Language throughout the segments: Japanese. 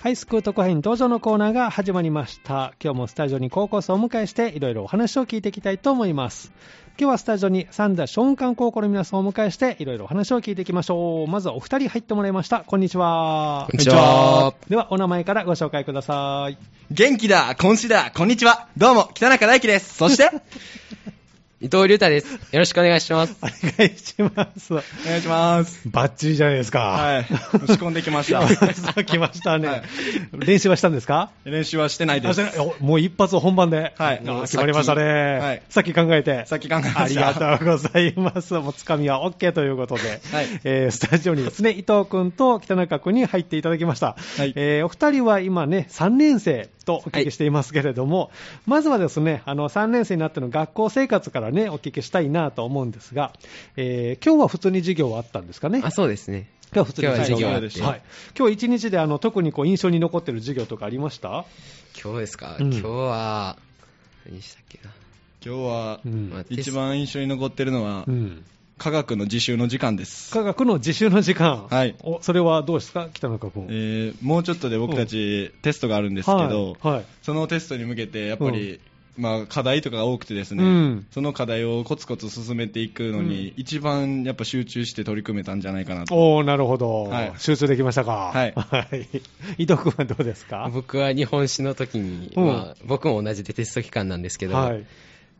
ハイスクール特派員登場のコーナーが始まりました。今日もスタジオに高校生をお迎えして、いろいろお話を聞いていきたいと思います。今日はスタジオに三田松漢高校の皆さんをお迎えして、いろいろお話を聞いていきましょう。まずはお二人入ってもらいました。こんにちはこん。にちは。では、お名前からご紹介ください。元気だ、今週だ、こんにちは。どうも、北中大輝です。そして、伊藤隆太です。よろしくお願いします。お願いします。お願いします。バッチリじゃないですか。はい。仕込んでき ました。そうきましたね、はい練習はしたんですか練習はしてないであそす。れおもう一発本番で、はいあ決まりましたね、はいさっき考えて、さっき考えましたありがとうございます、もうつかみは OK ということで、 はいえースタジオにですね伊藤君と北中君に入っていただきました、はいえーお二人は今ね、3年生とお聞きしていますけれども、まずはですねあの3年生になっての学校生活からねお聞きしたいなと思うんですが、えー今日は普通に授業はあったんですかね。あ、そうですね。今日は普通に授業今日は授業ででし。したたはい、今日一日であの特にこう印象に残ってる授業とかありました？今日ですか、うん今日は、何したっけな。今日はう、んまあ一番印象に残ってるのはう、ん、科学の自習の時間です。科学の自習の時間。はいおそれはどうですか、北中君。えーもうちょっとで僕たちテストがあるんですけど、はいはいそのテストに向けて、やっぱり、まあ、課題とかが多くてですね、うんその課題をコツコツ進めていくのに、一番やっぱ集中して取り組めたんじゃないかなと。おーなるほど、はい集中できましたか、はいはい、 伊藤君はどうですか、僕は日本史の時に、うんまあ、僕も同じでテスト期間なんですけど、はい、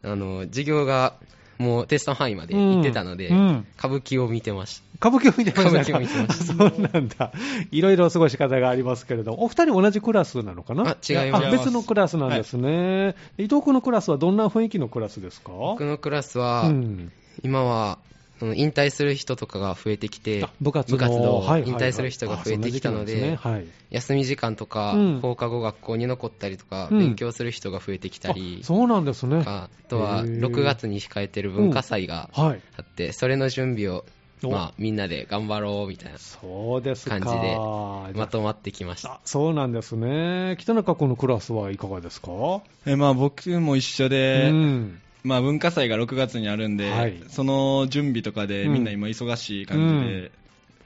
あの、授業が、もうテスト範囲まで行ってたので、うんうん歌舞伎を見てまし歌舞伎を見てましたか、歌舞伎を見てま しそうなんだ、いろいろ過ごし方がありますけれども、お二人同じクラスなのかな、あ違いますあ別のクラスなんですね、伊藤君のクラスはどんな雰囲気のクラスですかた。僕のクラスは、うん今は、その引退する人とかが増えてきてあ、部活のをはいはい引退する人が増えてきたので、あそんな時期なんですねはい休み時間とか、うん放課後学校に残ったりとか、うん勉強する人が増えてきたりあ、そうなんですね。あとはへー6月に控えてる文化祭がはい。あって、それの準備を、おまあ、みんなで頑張ろうみたいなそうですか。感じでじゃあまとまってきましたあそうなんですね。北中君のクラスはいかがですか、えーまあ、僕も一緒で、うん。まあ、文化祭が6月にあるんで、はいその準備とかでうんみんな今忙しい感じで、うん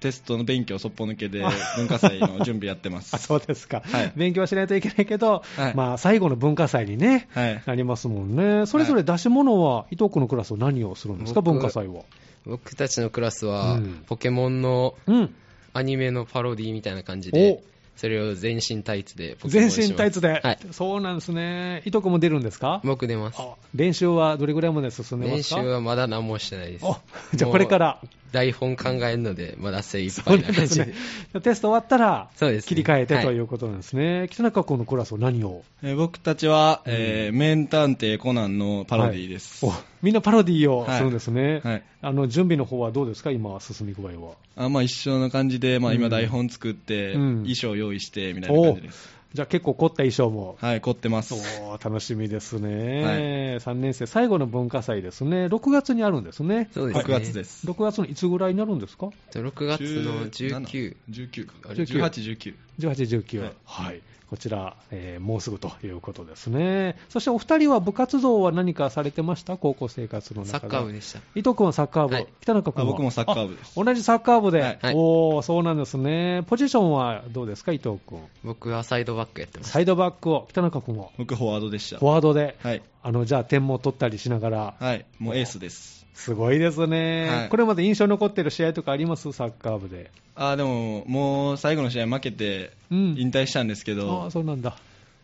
テストの勉強をそっぽ抜けで文化祭の準備やってまあ す。そうですか、はい勉強はしないといけないけど、はいまあ、最後の文化祭にね、はいなりますもんね、それぞれ出し物は、伊藤君のクラスは何をするんですか、僕文化祭は。僕たちのクラスは、うんポケモンのうん、アニメのパロディみたいな感じでおそれを全身タイツでポケ全モンします身タイツで、はい、そうなんですね、伊藤君も出るんですか僕出ますあ練習はどれぐらいまで進んでま練す習かはまだ何もしてないですおじゃあこれからもう台本考えるのでまだ精一そう杯ななんで感すじねで。テスト終わったら、そうですね切り替えてはいということなんですね。北中君のクラスは何をえー僕たちは、えー名探偵コナンのパロディーです。はいおみんなパロディーをするんですね。はいはいあの、準備の方はどうですか今は進み具合は。あまあ、一緒の感じで、まあ、う今ん台本作って、うん衣装用意してみたいな感じです。おじゃあ結構凝った衣装も。はい、凝ってます。おー楽しみですね、3年生最後の文化祭ですね、6月にあるんですね、そうですね6月です。 6月のいつぐらいになるんですか、 6月の19 19か。あれ18、19。 18、19、ははいいこちら、えーもうすぐということですね、そしてお二人は部活動は何かされてました、高校生活の中サで。ッカー部でした伊藤君はサッカー部、はい北中君あは僕もサッカー部ですあ同じサッカー部で、はいはいおお、そうなんですね、ポジションはどうですか、伊藤君、僕はサイドバックやってましたサイドバックを、北中君は僕、フォワードでしたフォ。ワードで、はい。あのじゃあ、点も取ったりしながら、はい、もうエースです。すごいですね、はいこれまで印象に残ってる試合とかあります、サッカー部で。あーでも、もう最後の試合負けて、うん引退したんですけど、ああそうなんだ、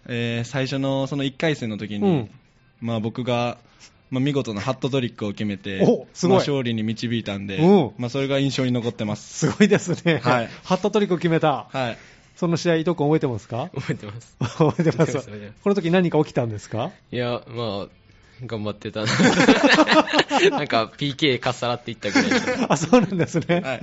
えー最初のその1回戦の時に、うんまあ僕が、まあ、見事なハットトリックを決めておすごいまあ勝利に導いたんで、うんまあ、それが印象に残ってます、すごいですね、はいハットトリックを決めた、はい、その試合、伊藤君、覚えてますか覚えてます覚えてます覚えてます覚えてますこの時何か起きたんですかいや、まあ、頑張ってた な。なんか、PK かっさらっていったぐらいで。あそうなんですね、はい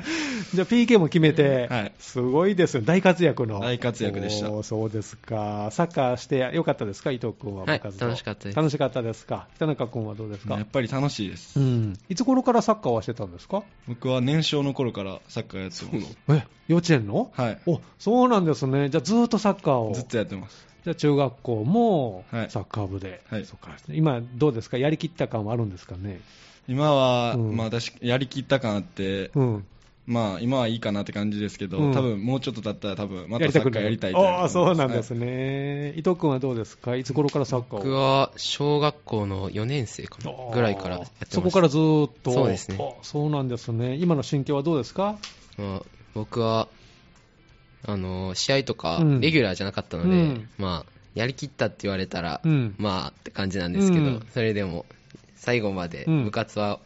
じゃあ PK も決めて、はいすごいですよ、大活躍の大活躍でしたおーそうですか、サッカーしてよかったですか、伊藤君は、はい部活動楽しかったです楽しかったですか、北中君はどうですまあかやっ、ぱり楽しいですうん、いつ頃からサッカーはしてたんですか、僕は年少の頃からサッカーやってまえす幼稚園の、はいおそうなんですね、じゃあずーっとサッカーを、ずっとやってますじゃあ中学校もはいサッカー部で、はいそっか今、どうですか、やりきった感はあるんですかね。今は、うんまあ、私やりきった感あって、うんまあ、今はいいかなって感じですけど、うん多分もうちょっと経ったら、多分まやたりサたくなッカーるやりたいと思いああ、ますそうなんですはいね。伊藤君はどうですかいつ頃からサッカーを 僕は小学校の4年生かなぐらいからやってましたそこからずーっとそうですねあそうなんですね今の心境はどうですかまあ、僕はあの試合とかうんレギュラーじゃなかったので、うんまあ、やりきったって言われたら、うんまあって感じなんですけど、うんそれでも最後までうん部活は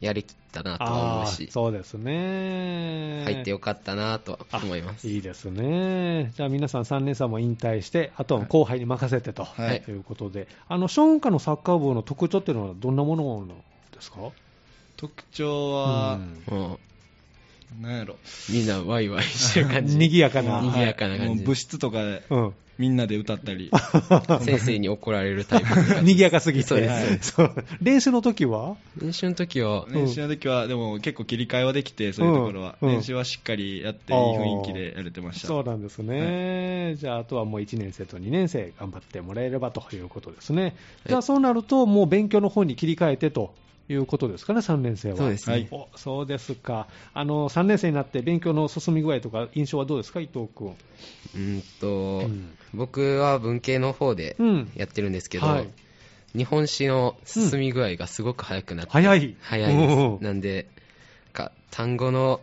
やりきったなとはあ思うあし、そうですね入ってよかったなとは思います。いいですねじゃあ皆さん3年生も引退してあとは後輩に任せてと、はいということであのショーンカのサッカー部の特徴っていうのはどんなものなんですか特徴は、もうなんやろ、みんなワイワイしてるうん感じ。賑やかな、賑やかなもう感じ部室とかでうんみんなで歌っ たり、 先生に怒られるタイプの方。賑やかすぎてそうですそうでそう練習の時は練習の時は、ん練習の時は、でも結構切り替えはできて、そういうところは、うんうん練習はしっかりやって、いい雰囲気でやれてました。そうなんですね、じゃあ、あとはもう1年生と2年生、頑張ってもらえればということですね、じゃあそうなると、もう勉強の方に切り替えてということですかね、3年生は。そうですねはいおそうですかあの、3年生になって勉強の進み具合とか、印象はどうですか、伊藤君。うーんと、うん僕は文系の方でうんやってるんですけど、はい日本史の進み具合がすごく早くなって、早い、早いでうす。んうんなんで、か単語の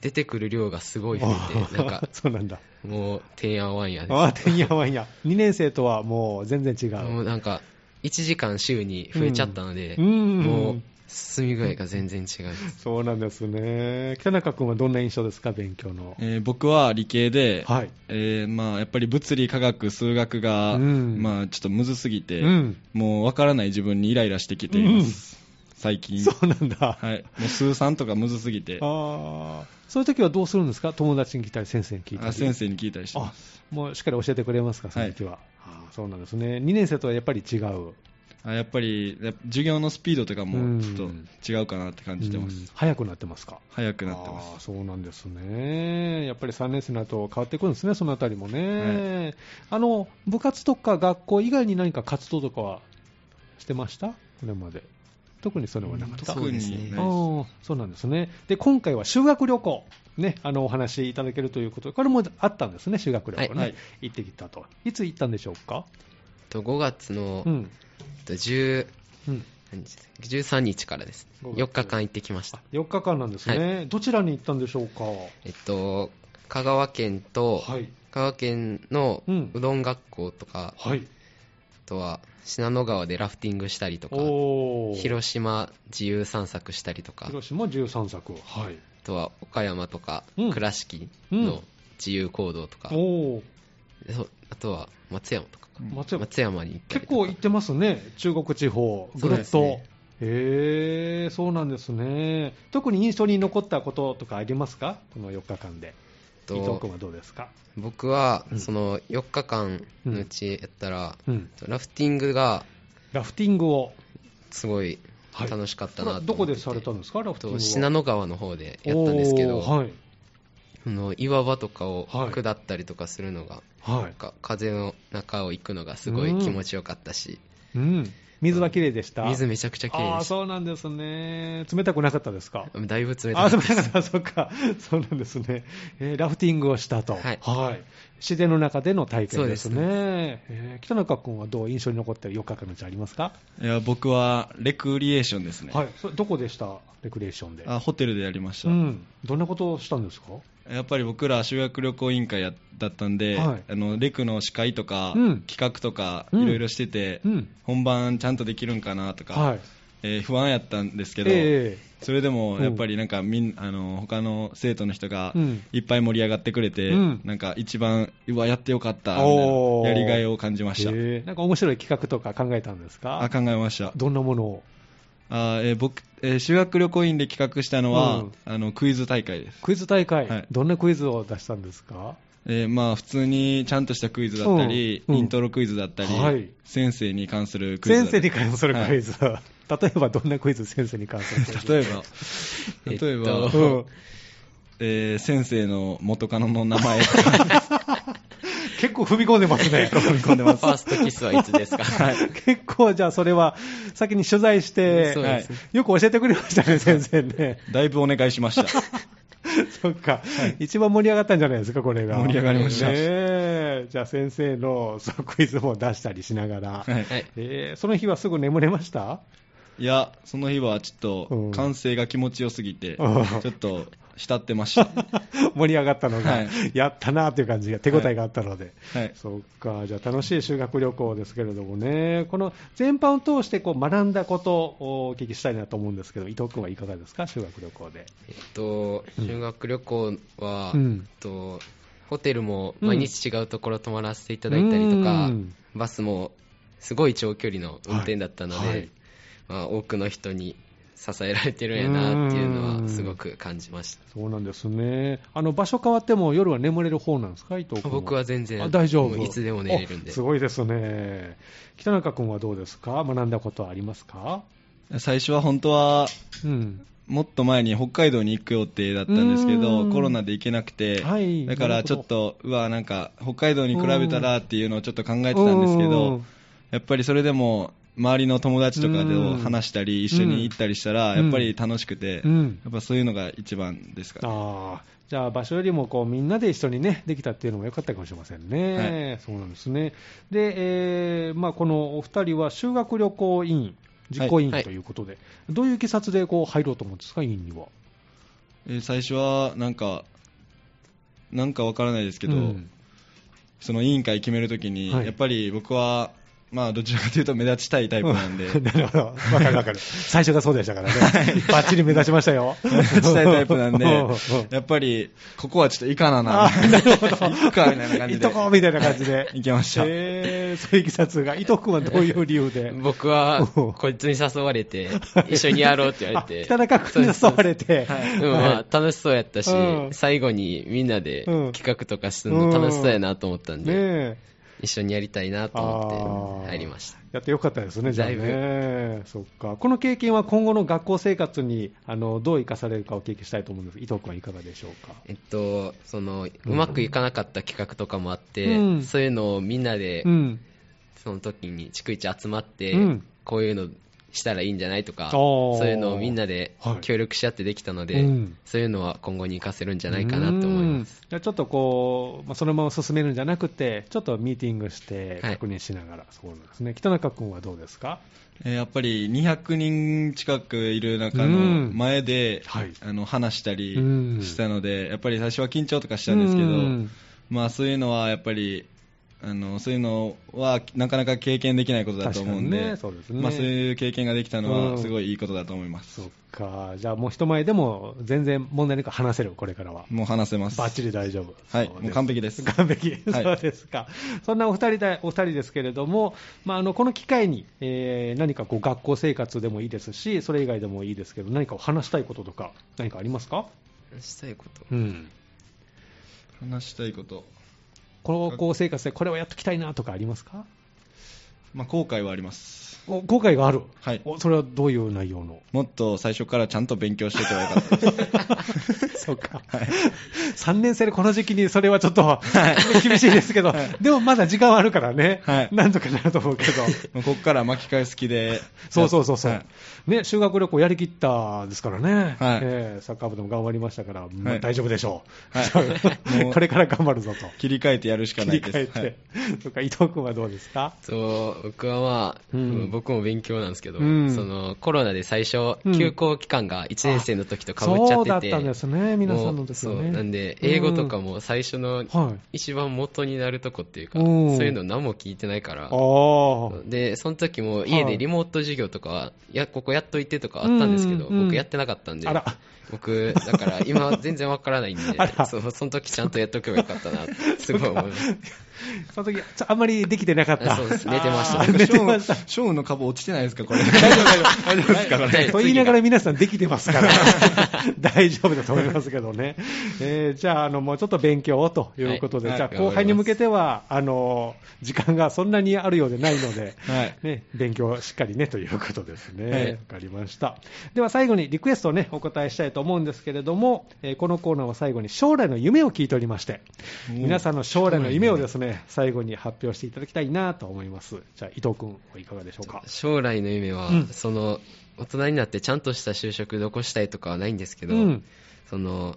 出てくる量がすごい増えて、なん かそうなんだ、もう、てんやわんやあでてんやわんや、2年生とはもう全然違す。もう。うなんか、1時間週に増えちゃったので、うんもう、進み具合が全然違うです。そうなんですね、北中君はどんな印象ですか、勉強の。えー僕は理系で、はいえーまあ、やっぱり物理、科学、数学が、うんまあ、ちょっとむずすぎて、うんもう分からない自分にイライラしてきています、最近。そうなん だ、はい、もう数三とかむずすぎて、ああ、そういう時はどうするんですか、友達に聞いたり、先生に聞いたり、あ先生に聞いたりしてます。あもうしっかり教えてくれますか、その時は、あーそうなんですね、2年生とはやっぱり違う、あやっぱりやっぱ授業のスピードとかうんもちょっと違うかなって感じてます、うん早くなってますか、早くなってまあーすそうなんですね、やっぱり3年生になると変わってくるんですね、そのあたりもね、あの部活とか学校以外に何か活動とかはしてました、これまで。特にそれはなかった、特そうですねにないであすあそうなんですね。で、今回は修学旅行、ね、あのお話しいただけるということで、これもあったんですね、修学旅行ね、はいはい行ってきたと。いつ行ったんでしょうか、と5月の、うんと10うん、何日13日からです。 5 4日間行ってきました。 4日間なんですね、どちらに行ったんでしょうか。えっと、香川県と、はい、香川県のうんうどん学校とか、はい、あとは信濃川でラフティングしたりとか、おー広島自由散策したりとか、あ広島13作、はい、とは岡山とか、うん倉敷うんの自由行動とか、おーそうあとは松山とか、うん松山、松山に行ったり結とか構行ってますね、中国地方、ぐそうるでっすねと。へーそうなんですね、特に印象に残ったこととかありますか、この4日間で。と伊藤君はどうですか、僕はうんその4日間のうちやったら、うん、ラフティングがラフティングを、すごいはい楽しかったこれはなとどこ思ってでてされたんですか、ラフティングとは信濃川の方でやったんですけど、おーはいその岩場とかをはい下ったりとかするのが、はなんいか風の中を行くのがすごい気持ちよかったし、うん、水は綺麗でした、水めちゃくちゃ綺麗あでーしそうなんですね、冷たくなかったですか。た。だいぶ冷たあ、いそうかった、そうか、そうなんですね。えーラフティングをしたと。はい自然の中での体験ですそうね。えー北中君はどう印象に残ってる4日間のうちありますか、いや僕はレクリエーションですね、はい。それどこでしたレクリエーションで。あホテルでやりました、うん。どんなことをしたんですかやっぱり僕ら修学旅行委員会やだったんで、はいあのレクの司会とか、うん企画とかうんいろいろしてて、うん。本番ちゃんとできるんかなとか、はい。えー不安やったんですけど、えそれでもやっぱりなんかみんあの他の生徒の人がうんいっぱい盛り上がってくれて、うんなんか一番うわやってよかったみたいなおーやりがいを感じまえした、ええなんか面白い企画とか考えたんですあか考えましたどんなものをあー、えー僕えー修学旅行員で企画したのは、うんあのクイズ大会です、クイズ大会、はいどんなクイズを出したんですかえーまあ普通にちゃんとしたクイズだったり、うんうんイントロクイズだったり、はい先生に関するクイズだ先った生りに関するクイズ。 例えばどんなクイズ先生に関するクイズ 例えば えっと例えば、うんえー先生の元カノの名前 結構踏み込んでます ね。ファーストキスはい つですか結構、じゃあそれは先に取材してそうですね、よく教えてくれましたね、先生ね。だいぶお願いしましたそうか、一番盛り上がったんじゃないですか、これが。盛り上がりましたねえじゃあ先生のそうクイズも出したりしながら、はいはい。えーその日はすぐ眠れましたいや、その日はちょっうんと、歓声が気持ちよすぎて、ちうんょっと浸ってました。 盛り上がったのが、はいやったなという感じが、手応えがあったので、はいそうか、じゃあ楽しい修学旅行ですけれどもね、この全般を通してこう学んだことをお聞きしたいなと思うんですけど、伊藤君はいかがですか、修学旅行で。えっと、修学旅行は、うんえっと、ホテルもうん毎日違うところ泊まらせていただいたりとか、うんバスもすごい長距離の運転だったので、はいはいまあ、多くの人に支えられてるんやなっていうのうんはすごく感じました。そうなんですね。あの場所変わっても夜は眠れる方なんですか、伊藤君。僕は全然あ大丈夫もういつでも寝れるんおですごいですね。北中君はどうですか学んだことはありますか最初は本当は、うん。もっと前に北海道に行く予定だったんですけうど、んコロナで行けなくて、はいだからちょっと、うわ、なんか、北海道に比べたらっていうのをちょっと考えてたんですけうどん、やっぱりそれでも、周りの友達とかうんと話したり、一緒に行ったりしたら、うんやっぱり楽しくて、うんやっぱそういうのが一番ですかね。ああ、じゃあ場所よりもこうみんなで一緒にね、できたっていうのも良かったかもしれませんね。そうなんですね。で、えーまあこのお二人は修学旅行委員、実行委員はいということで、どういういきさつでこう入ろうと思うんですか、委員には。えー最初は、なんか、なんかわからないですけど、うんその委員会決めるときに、はいやっぱり僕は、まあ、どちらかというと目立ちたいタイプなんで、 なるほど。わかるわ かる。最初がそうでしたからね。バッチリ目指しましたよ。 目立ちたいタイプなんうんうんで、やっぱり、ここはちょっといかなな、なるほど。いっか、みたいない感じっで。とこうみたいな感じで。行きましたえー、そういういきさつが、伊藤君はどういう理由で僕はおうこいつに誘われて、一緒にやろうって言わ あれて。北中君に誘われて。でもまあ楽しそうやったし、うん最後にみんなでうん企画とかするの楽しそうやなと思ったんねで、え。一緒にやりたいなと思って入りました。やってよかったですね、じゃあだね。そっか。この経験は今後の学校生活に、あの、どう生かされるかお聞きしたいと思うんです伊藤君はいかがでしょうか。えっと、その、うまくいかなかった企画とかもあって、うんそういうのをみんなで、うん。その時に逐一集まって、うんこういうのしたらいいんじゃないとか、おーそういうのをみんなではい協力し合ってできたので、うんそういうのは今後に活かせるんじゃないかなと思います。うん。じゃあちょっとこう、まあ、そのまま進めるんじゃなくて、ちょっとミーティングしてはい確認しながら、そうなんですね。北中君はどうですかえーやっぱり200人近くいる中うのん前で、はいあの話したりうんしたので、やっぱり最初は緊張とかしたんですけど、うんまあそういうのはやっぱり、あのそういうのはなかなか経験できないことだと思うん確かにで、ねそうですねまあそういう経験ができたのはすごいいいことだと思いますそっ。か。じゃあもう人前でも全然問題なく話せる、これからは。もう話せます。バッチリ大丈夫。はいそですもう完璧です完璧。はいそうですか。そんなお二人だ、お二人ですけれども、まあ、あの、この機会に、えー何かこう、学校生活でもいいですし、それ以外でもいいですけど、何かお話したいこととか、何かありますかしたいこと。うん。話したいこと、高校生活でこれはやっときたいなとかありますかまあ、後悔はあります。お後悔がある。はいおそれはどういう内容のもっと最初からちゃんと勉強しておけばよかったです。 そうか。3年生でこの時期にそれはちょっと、 厳しいですけど、でもまだ時間はあるからね。はいなんとかなると思うけど。 もうここから巻き返す気で。そうそうそうそう、はいね、修学旅行やりきったですからね、はいえーサッカー部でも頑張りましたから、まあはい大丈夫でしょう、はいも うこれから頑張るぞと、切り替えてやるしか切ないりです。替えて、はいそっか伊藤君はどうですか、そう僕はまあ、うん僕も勉強なんですけど、うんそのコロナで最初うん、休校期間が1年生の時とかぶっちゃそうだっってたんでて、すね、皆さんの時そはうね。なんで、英語とかも最初のうん、はい、一番元になるとこっていうか、うんそういうの何も聞いてないからあ、ーで、その時もい家でリモート授業とかは、いや、ここやっといてとかあったんですけど、うんうん僕やってなかったんであら、僕、だから今全然わからないんで あら、そうその時ちゃんとやっとけばよかったなって、すごい思います。その時ちょあんまりできてなかった、そうです寝てましたあー寝てました。ショーンの株落ちてないですか、これ。大丈夫、大丈夫ですか、こはれ。いと言いながら皆さんできてます から、大丈夫だと思いますけどね。えーじゃあ、あの、もうちょっと勉強をということで、はいじゃあ、はい後輩に向けては、あの、時間がそんなにあるようでないので、はいね、勉強をしっかりね、ということですね。わ、はいかりました。では、最後にリクエストをね、お答えしたいと思うんですけれども、えーこのコーナーは最後に将来の夢を聞いておりまして、お皆さんの将来の夢をですね、最後に発表していただきたいなと思います。じゃあ、伊藤君、いかがでしょうか。将来の夢は、うんその大人になってちゃんとした就職残したいとかはないんですけど、うんその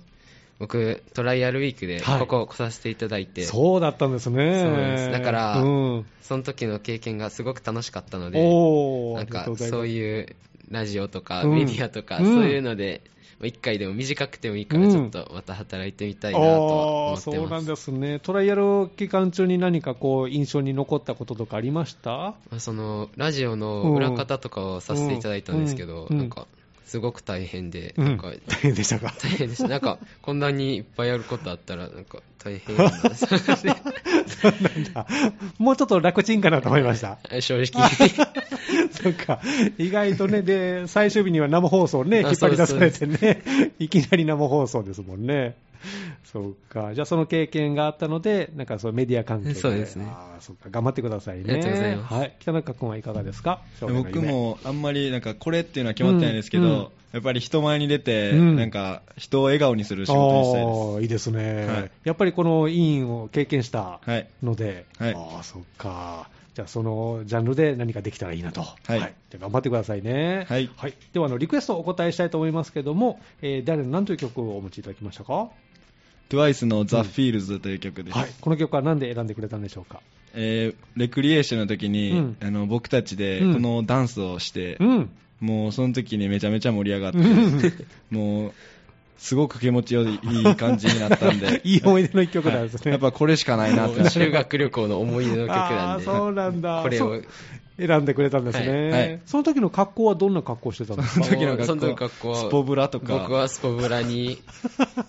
僕、トライアルウィークではいここ来させていただいて、そうだったんですね。そうなんですだからうん、その時の経験がすごく楽しかったので、おーなんありがかとうございますそういうラジオとかうんメディアとか、うんそういうので、1回でも短くてもいいから、うんちょっとまた働いてみたいなとは思あーってそうまなんす。ですね。トライアル期間中に何かこう印象に残ったこととかありました？まあそのラジオの裏方とかをさせていただいたんですけど、うんなんかすごく大変で、うんなんか大変でしたか？ 大変でした。なんか、こんなにいっぱいやることあったら、なんか、大変なんですもうちょっと楽ちんかなと思いました。正直。 そっか、意外とね、で、最終日には生放送ね、引あっ張り出されてね、 いきなり生放送ですもんね。そうか、じゃあその経験があったので、なんかそのメディア関係で。そうですねあーそっか、頑張ってくださいね。ありがとうございますはい、北中君はいかがですか僕。もあんまりなんかこれっていうのは決まってないんですけど、うんやっぱり人前に出て、うんなんか人を笑顔にする仕将事来にのしたい夢ですあーいいですね、はいやっぱりこの委員を経験したはいので、はいああ、そっか。じゃあ、そのジャンルで何かできたらいいなと。いじゃあ頑張ってくださいね。はいでは、あの、リクエストをお答えしたいと思いますけども、えー誰の何という曲をお持ちいただきましたかは TWICE の THEFEELS という曲です、い。この曲は何で選んでくれたんでしょうかえーレクリエーションの時に、うんあの僕たちでうんこのダンスをして、うん。 もうその時にめちゃめちゃ盛り上がって、うんもうすごく気持ちよいいい感じになった んでいい思い出の一曲なんですね。やっぱこれしかないなって修学旅行の思い出の曲なんで、あーそうなんだ これそをう、選んでくれたんですね、はいはいその時の格好はどんな格好してたんですかその時の格好その時の格好はスポブラとか僕はスポブラに、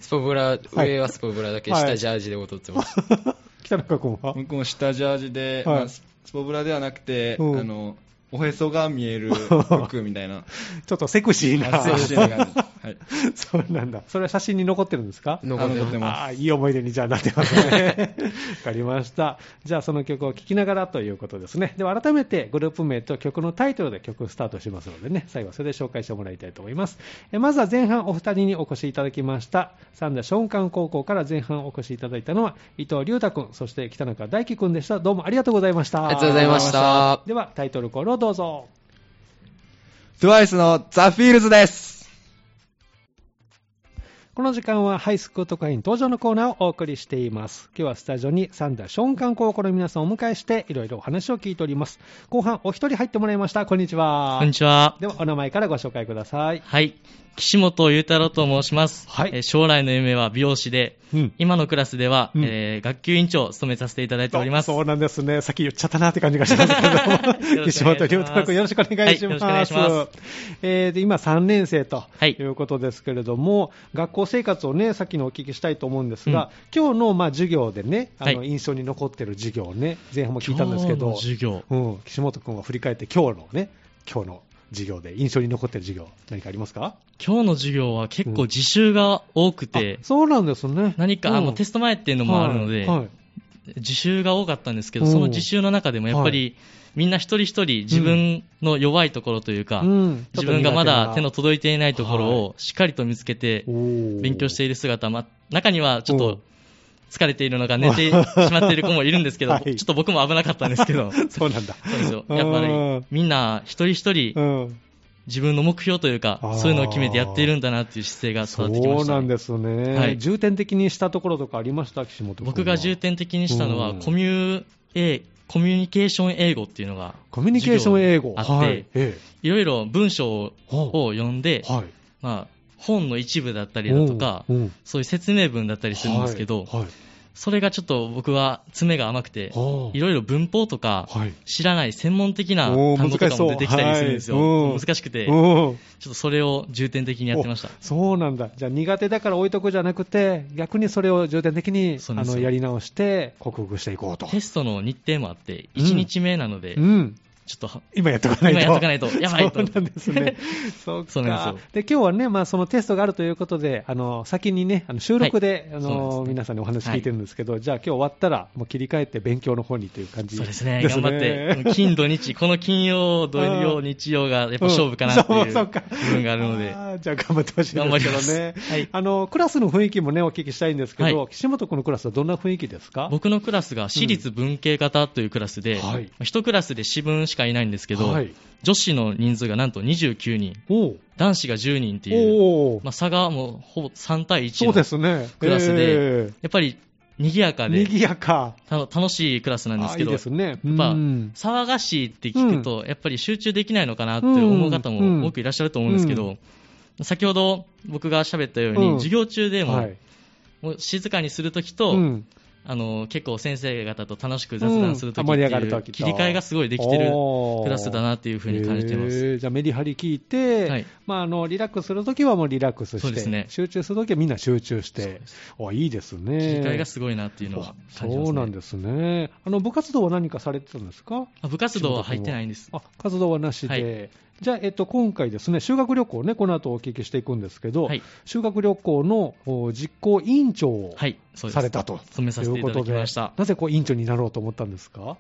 スポブラ、上はスポブラだけ、はい下ジャージで踊ってました。北中君は僕も下ジャージで、はいまあススポブラではなくて、うんあのおへそが見 える服みたいなちょっとセクシーな。発生してる感じ、はい、 そうなんだ。それは写真に残ってるんですか残ってあの残まっすてますああ、いい思い出にじゃあなってますね。わかりました。じゃあその曲を聴きながらということですね。では改めてグループ名と曲のタイトルで曲スタートしますのでね、最後それで紹介してもらいたいと思います。えまずは前半お二人にお越しいただきました。三田松漢高校から前半お越しいただいたのは伊藤龍太君、そして北中大輝君でした。どうもありがとうございました。ありがとうございました。ではタイトルコールをどうぞ。 TWICE のザ・フィールズですこの時間はハイスクート会員登場のコーナーをお送りしています。今日はスタジオに三田ション観高校の皆さんをお迎えしていろいろお話を聞いております。後半お一人入ってもらいました。こんにちは。こんにちは。ではお名前からご紹介ください。はい。岸本裕太郎と申します。はいえー将来の夢は美容師で、うん今のクラスでは、うんえー学級委員長を務めさせていただいております。そようなんですね。先言っちゃったなって感じがします けども、ろし石くお願本いします龍太郎君よろしくお願いします。はいよろしくお願いしまえーで今3年生とはいいうことですけれども、学校生活をね、さっきのお聞きしたいと思うんですが、今日のまあ授業でね、あのは印象に残ってる授業をね、前半も聞いたんですけど、今日の授業うん、岸本君は振り返って今日のね、今日の授業で印象に残ってる授業、何かありますか今日の授業は結構自習が多くてあ、そうなんですね。何か、あの、テススト前っていうのもあるので、自習が多かったんですけど、その自習の中でもやっぱり、みんな一人一人自分の弱いところというか、うん自分がまだ手のちょっと苦手な届いていないところをしっかりと見つけて、勉勉強している姿、ま、中にはちょっうんと疲れているのか寝てしまっている子もいるんですけ ど、はいちょっと僕も危なかったんですけ ど、そうそうなんだ。ですよやっぱうんりみんな一人一う人ん、自分の目標というかあー、そういうのを決めてやっているんだなっていう姿勢がそ伝わってきまうしなたんね。ですね、はい重点的にしたところとかありました、岸本君は僕が重点的にしたのうはんコミュ、えコミュニケーション英語っていうのがコミュニケーション英語、授業にあって、えいろいろ文章を読んえで、はい、まあ、本の一部だったりだとかうんうん、そういう説明文だったりするんですけど、はいはいそれがちょっと僕は爪が甘くて、はあいろいろ文法とか、はい知らない専門的なおー単語と難しかそうも出てきたりするんですよ。はいうん難しくて、ちょっうんとそれを重点的にやってましたお。そうなんだ、じゃあ苦手だから置いとくじゃなくて、逆にそれを重点的にあそうなんですよのやり直して、克服していこうと、テストの日程もあって、うん1日目なので、うちょん、っとは、今やっとかないと、今やっとかないとやばいとそうなんですね、そうかそうなんですよで今日はね、まあ、そのテストがあるということで、あの先にね、あの収録で、あそうなんですのね皆さんにお話聞いてるんですけど、じゃあ、今日終わったら、もう切り替えて勉強の方にという感じそうですね、頑張って、金土日、この金曜、土曜、日曜がやっぱ勝負かなってういんうそう部そうか分があるので、あーじゃあ頑張ってほしいですけどね、頑張りますはいあのクラスの雰囲気もねお聞きしたいんですけど、はい岸本君のクラスはどんな雰囲気ですか僕のクラスが私立文系型というクラスで、はいまあ一クラスで私文、私しかいないんですけど、はい女子の人数がなんと29人、おう男子が10人っていう、おう、まあ、差がもうほぼ3対1そうの、ですね。クラスでえやっぱり賑やかえ、で賑やか。たの楽しいクラスなんですあいけいど、ですね。やっぱうん騒がしいって聞くと、やっぱり集中できないのかなって思う方も多くいらっしゃると思うんですけど、うん先ほど僕が喋ったように、うん授業中でも,、はいもう静かにするときと、うんあの結構先生方と楽しく雑談するとうんき盛っりて上がるいとうきと切り替えがすごいできてるクラスだなっていうふうに感じてます。へーじゃあメリハリ聞いて、はいまあ、あのリラックスするときはもうリラックスそしうでて、すね集中するときはみんな集中して、おいいですね。切り替えがすごいなっていうのは感じます、ね、そうなんですね。あの部活動は何かされてたんですかあ部活動は入ってないんです。あ活動はなしで、はいじゃあ、えっと、今回ですね、修学旅行ね、この後お聞きしていくんですけど、はい修学旅行のお実行委員長をはい、そうです。されたと。務めさせていただきました。なぜこう委員長になろうと思ったんですか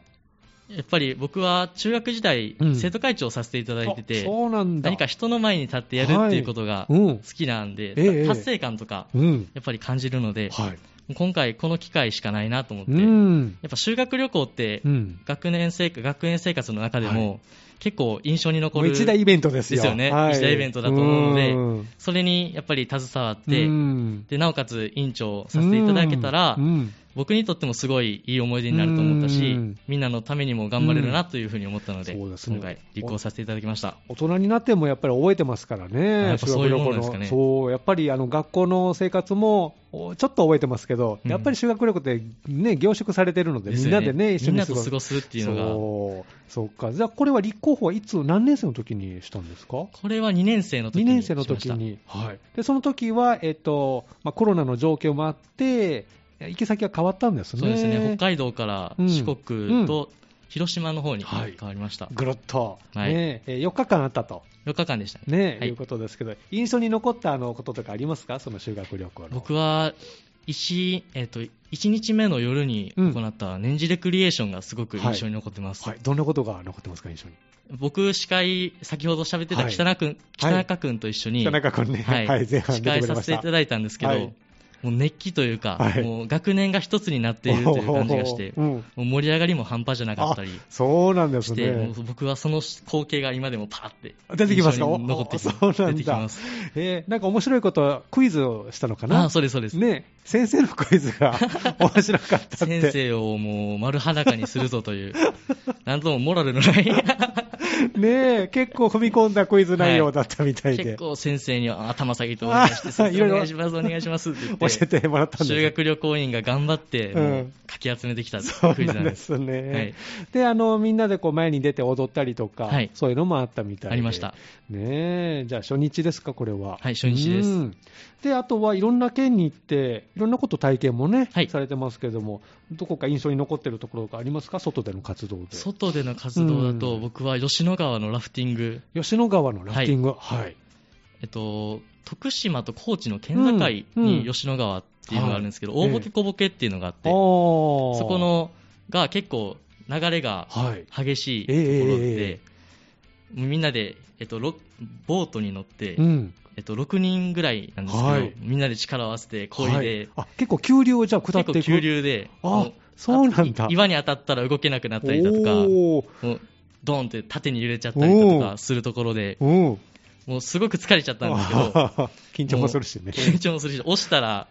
やっぱり僕は中学時代、うん生徒会長をさせていただいてあて、そうなんだ。何か人の前に立ってやるっていうことはがいうん好きなんで、ええ達成感とか、うん。やっぱり感じるので、はい。今回この機会しかないなと思って、うやん。っぱ修学旅行ってう、ん。学年生活、学園生活の中でも、結構印象に残もうる。一大イベントですよ。ですよねはい一大イベントだと思うのでんそれにやっぱり携わって、うんでなおかつ委員長をさせていただけたら、うんうん僕にとってもすごいいい思い出になると思ったし、うんみんなのためにも頑張れるなというふうに思ったので、うんそうですね今回、立候補させていただきました。大人になってもやっぱり覚えてますからね、やっぱそういうものですかね修学旅行のそう、やっぱりあの学校の生活もおちょっと覚えてますけど、うんやっぱり修学旅行って、ね、凝縮されてるので、ですみんよなでね、一緒みんになと過ごすっていうのが、そうそうか、じゃあ、これは立候補はいつ、何年生の時にしたんですかこれは2年生の2時に年し生まのした。時に、はい、でその時はえっとまあコロナの状況もあって、行き先が変わったんですね。そうですね、北海道からうん四国と広島の方に変わりました。ぐるっと、はいねえ4日間あったと、 4日間でしたね。ねはいい、うことですけど、印象に残ったあのこととかありますか、その修学旅行の。僕は1、えっと、一日目の夜に行った年次レクリエーションがすごく印象に残ってます。はい、どんなことが残ってますか、印象に。僕、司会、先ほど喋ってた北中君、北中君と一緒に、田中君ね、はい、前半司出て会くれさましせていた。ただいたんですけど、はいもう熱気というか、はいもう学年が一つになっているという感じがし て、おーうんもう盛り上がりも半端じゃなかったりそうなんでしすて、もね。う僕はその光景が今でもパーって出てきますか印象に残ってきますおそうなんだ出てきます。えーなんか面白いこと、クイズをしたのかあなあ、そうです、そうです。ね、先生のクイズ が面白かったって。先生をもう丸裸にするぞ という、なんともモラルのない、ねえ結構踏み込んだクイズ内容だったみたい結で、構先生には頭下げてお願いして、あ先 い生ろいろお願いします、お願いしますって言っ て教えてもらったんです修学旅行員が頑張って、うんもうかき集めてきたそうクイズななんんでです。すね。はいで、あの、みんなでこう前に出て踊ったりとか、はいそういうのもあったみたいで。ありました。ねえ、じゃあ初日ですか、これは。はい初日ですうん。で、あとはいろんな県に行って、いろんなこと体験もね、はいされてますけれども、どこか印象に残ってるところがありますか、外での活動で。外での活動だうと、ん僕は吉野川のラフティング、吉野川のラフティング。はい。えっと、徳島と高知の県境に吉野川っていうのがあるんですけど、うんうん大ボケ小ボケっていうのがあっあて、ーそこ、のが結構流れがはい。激しいところえええで、みんなで、えっと、ろボートに乗って、うん。えっと、6人ぐらいなんですけど、はいみんなで力を合わせて漕いはでい、、あ、結構急流をじゃあ下っ結てい構く。急流で、もあう、そうなんだ。い岩に当たったら動けなくなったりだとか、おーもうドーンって縦に揺れちゃったりだとおーかするところで、うん。もうすごく疲れちゃったんですけど、 緊張もするしね。 緊張もするし、落ちたら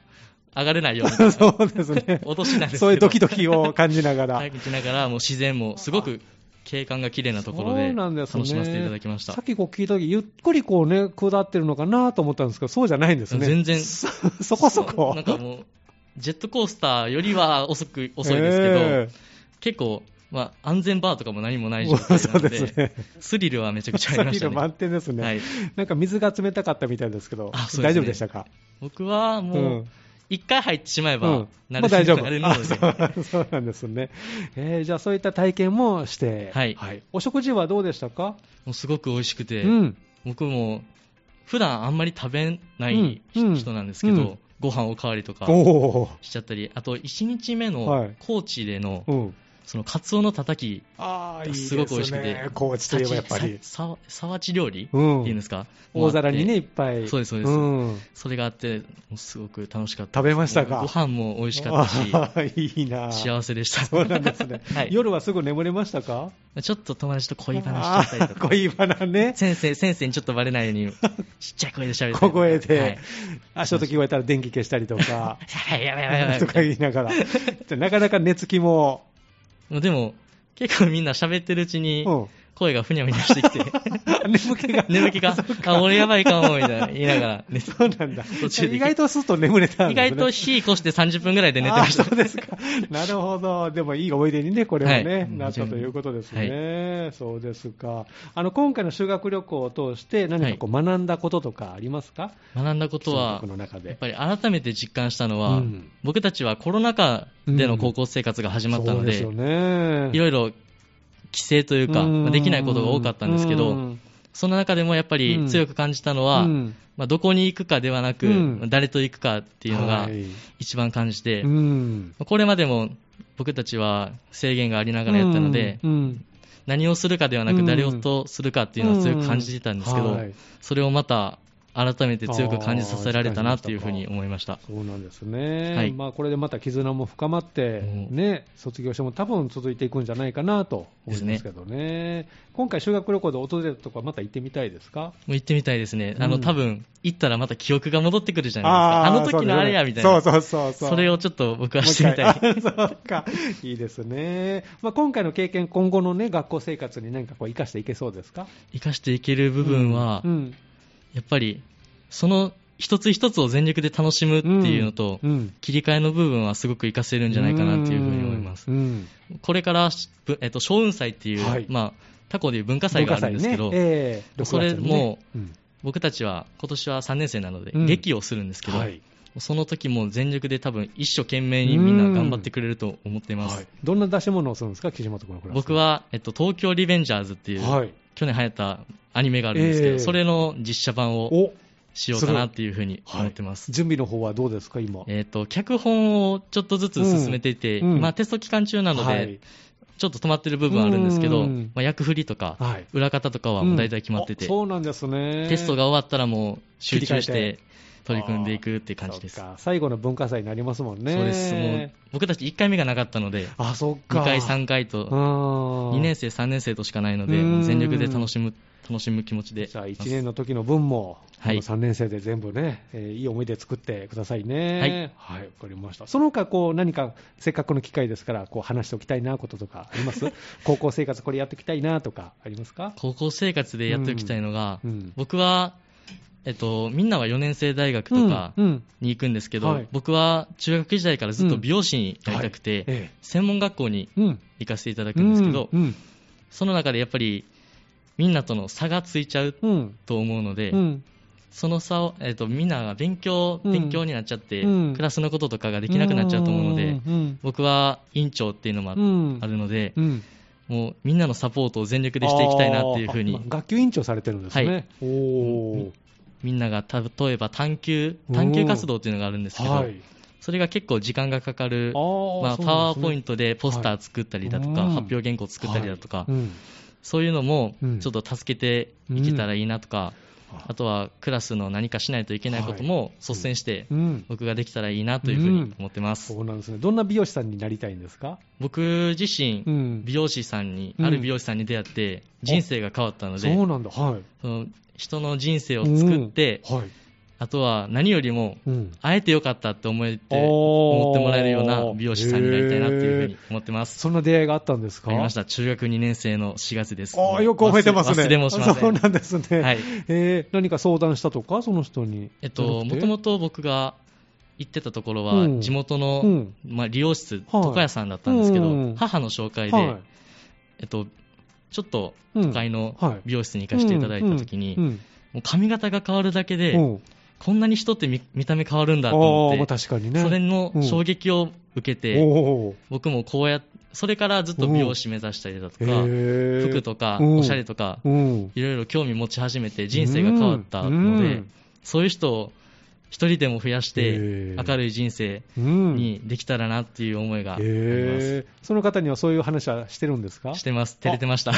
上がれないよう なそうですね。落としなんですけど、そういうドキドキを感じながら。感じながら、もう自然もすごく景観が綺麗なところそでうなんで楽すねしませていただきました。さっきこう聞いた時ゆっくりこうね、下ってるのかなと思ったんですけど、そうじゃないんですね。全然そ、 そこそこ。 なんかもう、ジェットコースターよりは遅く遅いです けど、結構、まあ、安全バーとかも何もない状態 なそのうでですね。スリルはめちゃくちゃあさりっましきたのね。満点ですね、はい、なんか水が冷たかったみたいですけど、あそうですね大丈夫でしたか、僕はもう、うん一回入ってしまえうばん、も慣れう大丈夫慣れるあので、そう そうなんですね、えーじゃあ、そういった体験もして、はいお食事はどうでしたか、もうすごく美味しくて、うん、僕も普段あんまり食べなうんいうん人なんですけど、うんご飯おかわりとかおーしちゃったり、あと1日目はのい高知でのうん、そのカツオのたたき、ああ、いいですすごく美味しくてね。高知といえばやっぱり。さわさわち料理ってういんうんですか、大皿にね、いっぱい。そうですそうですんそれがあって、もうすごく楽しかった食べましたかご飯も美味しかったあーいいな。し、幸せでした。そうなんですね はい。夜はすぐ眠れましたかちょっと友達と恋話しちゃったりとあー か、恋バナね。先生、先生にちょっとバレないよ うに、ちっちゃい声で喋って。小声はでい、あ、ちょっと聞こえたら電気消したりとか、やばいやばいやばいやばいとか言いながら。じゃあなかなか寝つきも、もうでも、結構みんな喋ってるうちにうん、声がふにゃふにゃしてきて、 眠気 が。眠気が、あ、俺やばいかも、みたいな言いながら寝て、そうなんだ。途中で意外とすっと眠れたん意ですね。外と火越して30分ぐらいで寝てましあたそ。うですか。なるほど。でもいい思い出にね、これはね、はいなったということですね。そうですか。あの、今回の修学旅行を通して何かこう学んだこととかありますか、学んだことはこ、の中やっで。ぱり改めて実感したのは、うん僕たちはコロナ禍での高校生活が始まったので、そうですよね。いろいろ規制というか、まあできないことが多かったんですけど、その中でもやっぱり強く感じたのは、うんまあ、どこに行くかではなく、うんまあ誰と行くかっていうのがはい一番感じて、うまんあこれまでも僕たちは制限がありながらやったので、うんうん何をするかではなうくん誰をとするかっていうのを強く感じてたんですけど、うんはいそれをまた改めて強く感じさせられたなというふうに思いました。そうなんですね、はいまあ、これでまた絆も深まって、うんね、卒業しても多分続いていくんじゃないかなと思いますけどね、今回、修学旅行で訪れたとこはまた行ってみたいですかもう行ってみたいですね。あうの、ん多分、行ったらまた記憶が戻ってくるじゃないですか。あの時のあれや、みたいな。そうそうそうそうそれをちょっと僕はしてみたい。もう一回そうか、いいですね、まあ、今回の経験、今後の、ね、学校生活に何かこう生かしていけそうですか生かしていける部分は、うんやっぱり、その一つ一つを全力で楽しむっていうのと、うんうん切り替えの部分はすごく活かせるんじゃないかなっていうふうに思います。うんこれから、ぶえっと、小雲祭っていう、はいまあ、他校でいう文化祭があるんですけ文ど、化祭ねええそ6れも月にね僕たちは今年は3年生なので、うん劇をするんですけうんど、はいその時も全力で多分一生懸命にみんな頑張ってくれると思っています。はいどんな出し物をするんですか、岸本君のクラス僕は、えっと、東京リベンジャーズっていう、はい、去年流行ったアニメがあるんですけど、ええそれの実写版をおしようかなっていうふうに思ってます。準備の方はどうですか、今。えっと、脚本をちょっとずつ進めていて、うんうんまあテスト期間中なので、はいちょっと止まってる部分はあるんですけど、うんまあ役振りとか、はい裏方とかはもう大体決まってて、うんあそうなんですね。テストが終わったらもう集中し切り替えて取り組んでいくっていう感じです。そそっか最後の文化祭になりますもんね。うです。もう僕たち1回目がなかったので、あ、そっか。 2回、3回うと、ん。 2年生、3年生としかないので、うんもう全力で楽しむ、楽しむ気持ちで。じゃあ、1年の時の分も、はい3年生で全部ね、えーいい思い出作ってくださいね。はい。わかりました。その他、こう、何か、せっかくの機会ですから、こう、話しておきたいなこととかあります 高校生活これやっておきたいなとかありますか高校生活でやっておきたいのが、うんうん僕は、えっと、みんなは4年生大学とかうんうんに行くんですけど、はい僕は中学時代からずっと美容師になりたくて、うんはいええ専門学校にうん。行かせていただくんですけど、うん。うんその中でやっぱりみんなとの差がついちゃううん。と思うので、うんその差を、えっと、みんなが勉強、うん勉強になっちゃって、うんクラスのこととかができなくなっちゃうと思うので、うん僕は委員長っていうのもあうんあるので、うんもうみんなのサポートを全力でしていきたいなっていうふうあにーあ学級委員長されてるんですね。はいおーみんながた例えば探求探求活動っていうのがあるんですけど、はい。それが結構時間がかかるあーまあ、そうパなんでワすねーポイントでポスター作ったりだとか、うん発表原稿作ったりだとか、はいうんそういうのもうんちょっと助けていけたらいいなとか、あとはクラスの何かしないといけないことも率先してうん僕ができたらいいなというふうに思ってます、そうなんですね。どんな美容師さんになりたいんですか僕自身、うん美容師さんに、うんある美容師さんに出会って人生が変わったのでそうなんだ。はい。その人の人生を作って、うんはい。あとは何よりも、うん会えてよかったって思えて、あー思ってもらえるような美容師さんになりたいなっていうふうへに思ってます。そんな出会いがあったんですかありました。中学2年生の4月です。あーよく覚えてますね。忘れもしません。そうなんですね。はいえー何か相談したとか、その人に。えっと、もともと。と僕が行ってたところうはん、地元の、うんまあ、理容室、はい床屋さんだったんですけど、うん母の紹介で、はえっと、ちょっとい。都会の美容室に行かせていただいた時に、うんうんもう髪型が変わるだけで、うんうんこんなに人って見見た目変わるんだとあ思ーまっあて、確かにね。それの衝撃を受けて、おー僕もこうやそれからずっと美容師目指したりだとか、へー服とか、うんおしゃれとか、うんいろいろ興味持ち始めて人生が変わったので、うんそういう人を一人でも増やしへてー明るい人生うんにできたらなっていう思いがあります。えーその方にはそういう話はしてるんですかしてます。照れてました。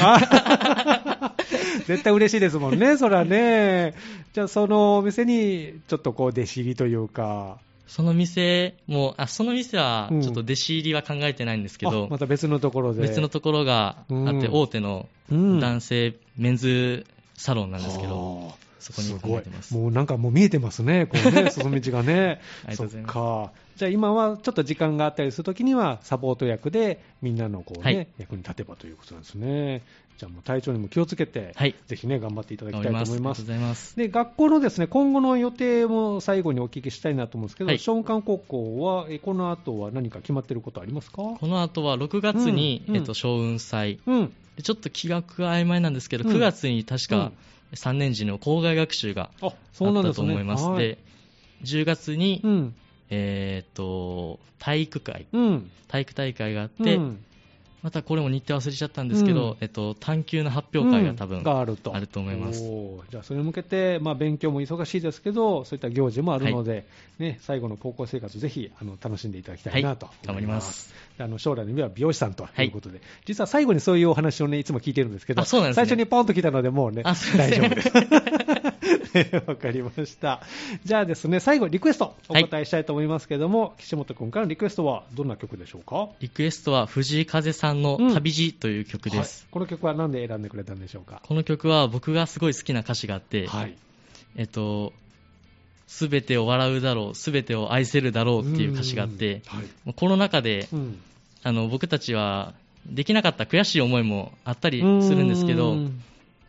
絶対嬉しいですもん ね、そらね。じゃあ、そのお店に、ちょっとこう、弟子入りというか。その店も、あ、その店はうんちょっと弟子入りは考えてないんですけあど、また別のところで。別のところがあって、うん大手のうん男性メンズサロンなんですけど、はあそこに考えてますごいもうなんかもう見えてますね、こう 。ね、その道がねありがとうございますそっか。じゃあ今はちょっと時間があったりするときには、サポート役でみんなのこうね、はい役に立てばということなんですね。じゃあもう体調にも気をつけて、はいぜひね、頑張っていただき頑たい張とり思ます。いますありがとう。ございます。で学校のですね今後の予定も最後にお聞きしたいなと思うんですけど、はい松漢高校はえこの後は何か決まってることありますかこの後は6月に、うんうんえっと、小雲祭。うん、でちょっと気学が曖昧なんですけど、うん9月に確か3年時の校外学習があそあうなっんでたすとね。思います。はいで、10月に、うん、えーっと、体育会、うん、体育大会があって、うんまたこれも日程忘れちゃったんですけど、うんえっと、探求の発表会が多分、うんがあるとあると思いますおーじゃあ、それに向けて、まあ、勉強も忙しいですけど、そういった行事もあるので、ね、最後の高校生活、ぜひあの楽しんでいただきたいなとはい思頑張いりまますす。であの将来の夢は美容師さんということで、実は最後にそういうお話を、ね、いつも聞いてるんですけど、あそうなんです最ね初にポンと来たので、もうね、あ大すいません丈夫です。ね わかりました。じゃあですね、最後、リクエスト、お答えしたいと思いますけども、岸本君からのリクエストは、どんな曲でしょうかリクエストは藤井風さんのうん旅路という曲です。はいこの曲は何で選んでくれたんでしょうかこの曲は僕がすごい好きな歌詞があって、はい。えっと、すべてを笑うだろう、すべてを愛せるだろうっていう歌詞があって、うんはいもうコロナ禍で、うんあの、僕たちはできなかった悔しい思いもあったりするんですけうど、ん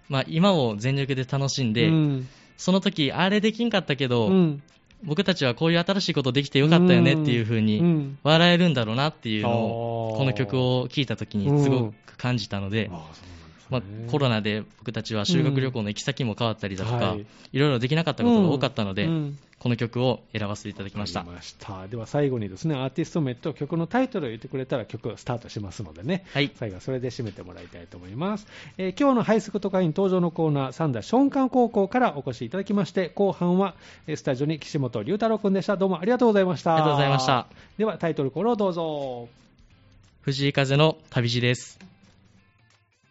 まあ今を全力で楽しんで、うんその時あれできんかったけど、うん僕たちはこういう新しいことできてよかったよねっていう風うにん笑えるんだろうなっていうのあをーこの曲を聴いた時にすごく感じたので、あまあ、コロナで僕たちは修学旅行の行き先も変わったりだとか、はいい、ろいろできなかったことが多かったので、うんうんこの曲を選ばせていただきましわたかりましたでは最後にですねアーティスト名と曲のタイトルを言ってくれたら曲スタートしますのでね、はい最後はそれで締めてもらいたいと思います、えー今日のハイスクート会員登場のコーナー三田ションカン高校からお越しいただきまして後半はえースタジオに岸本龍太郎君でしたどうもありがとうございましたありがとうございましたではタイトルコールをどうぞ藤井風の旅路です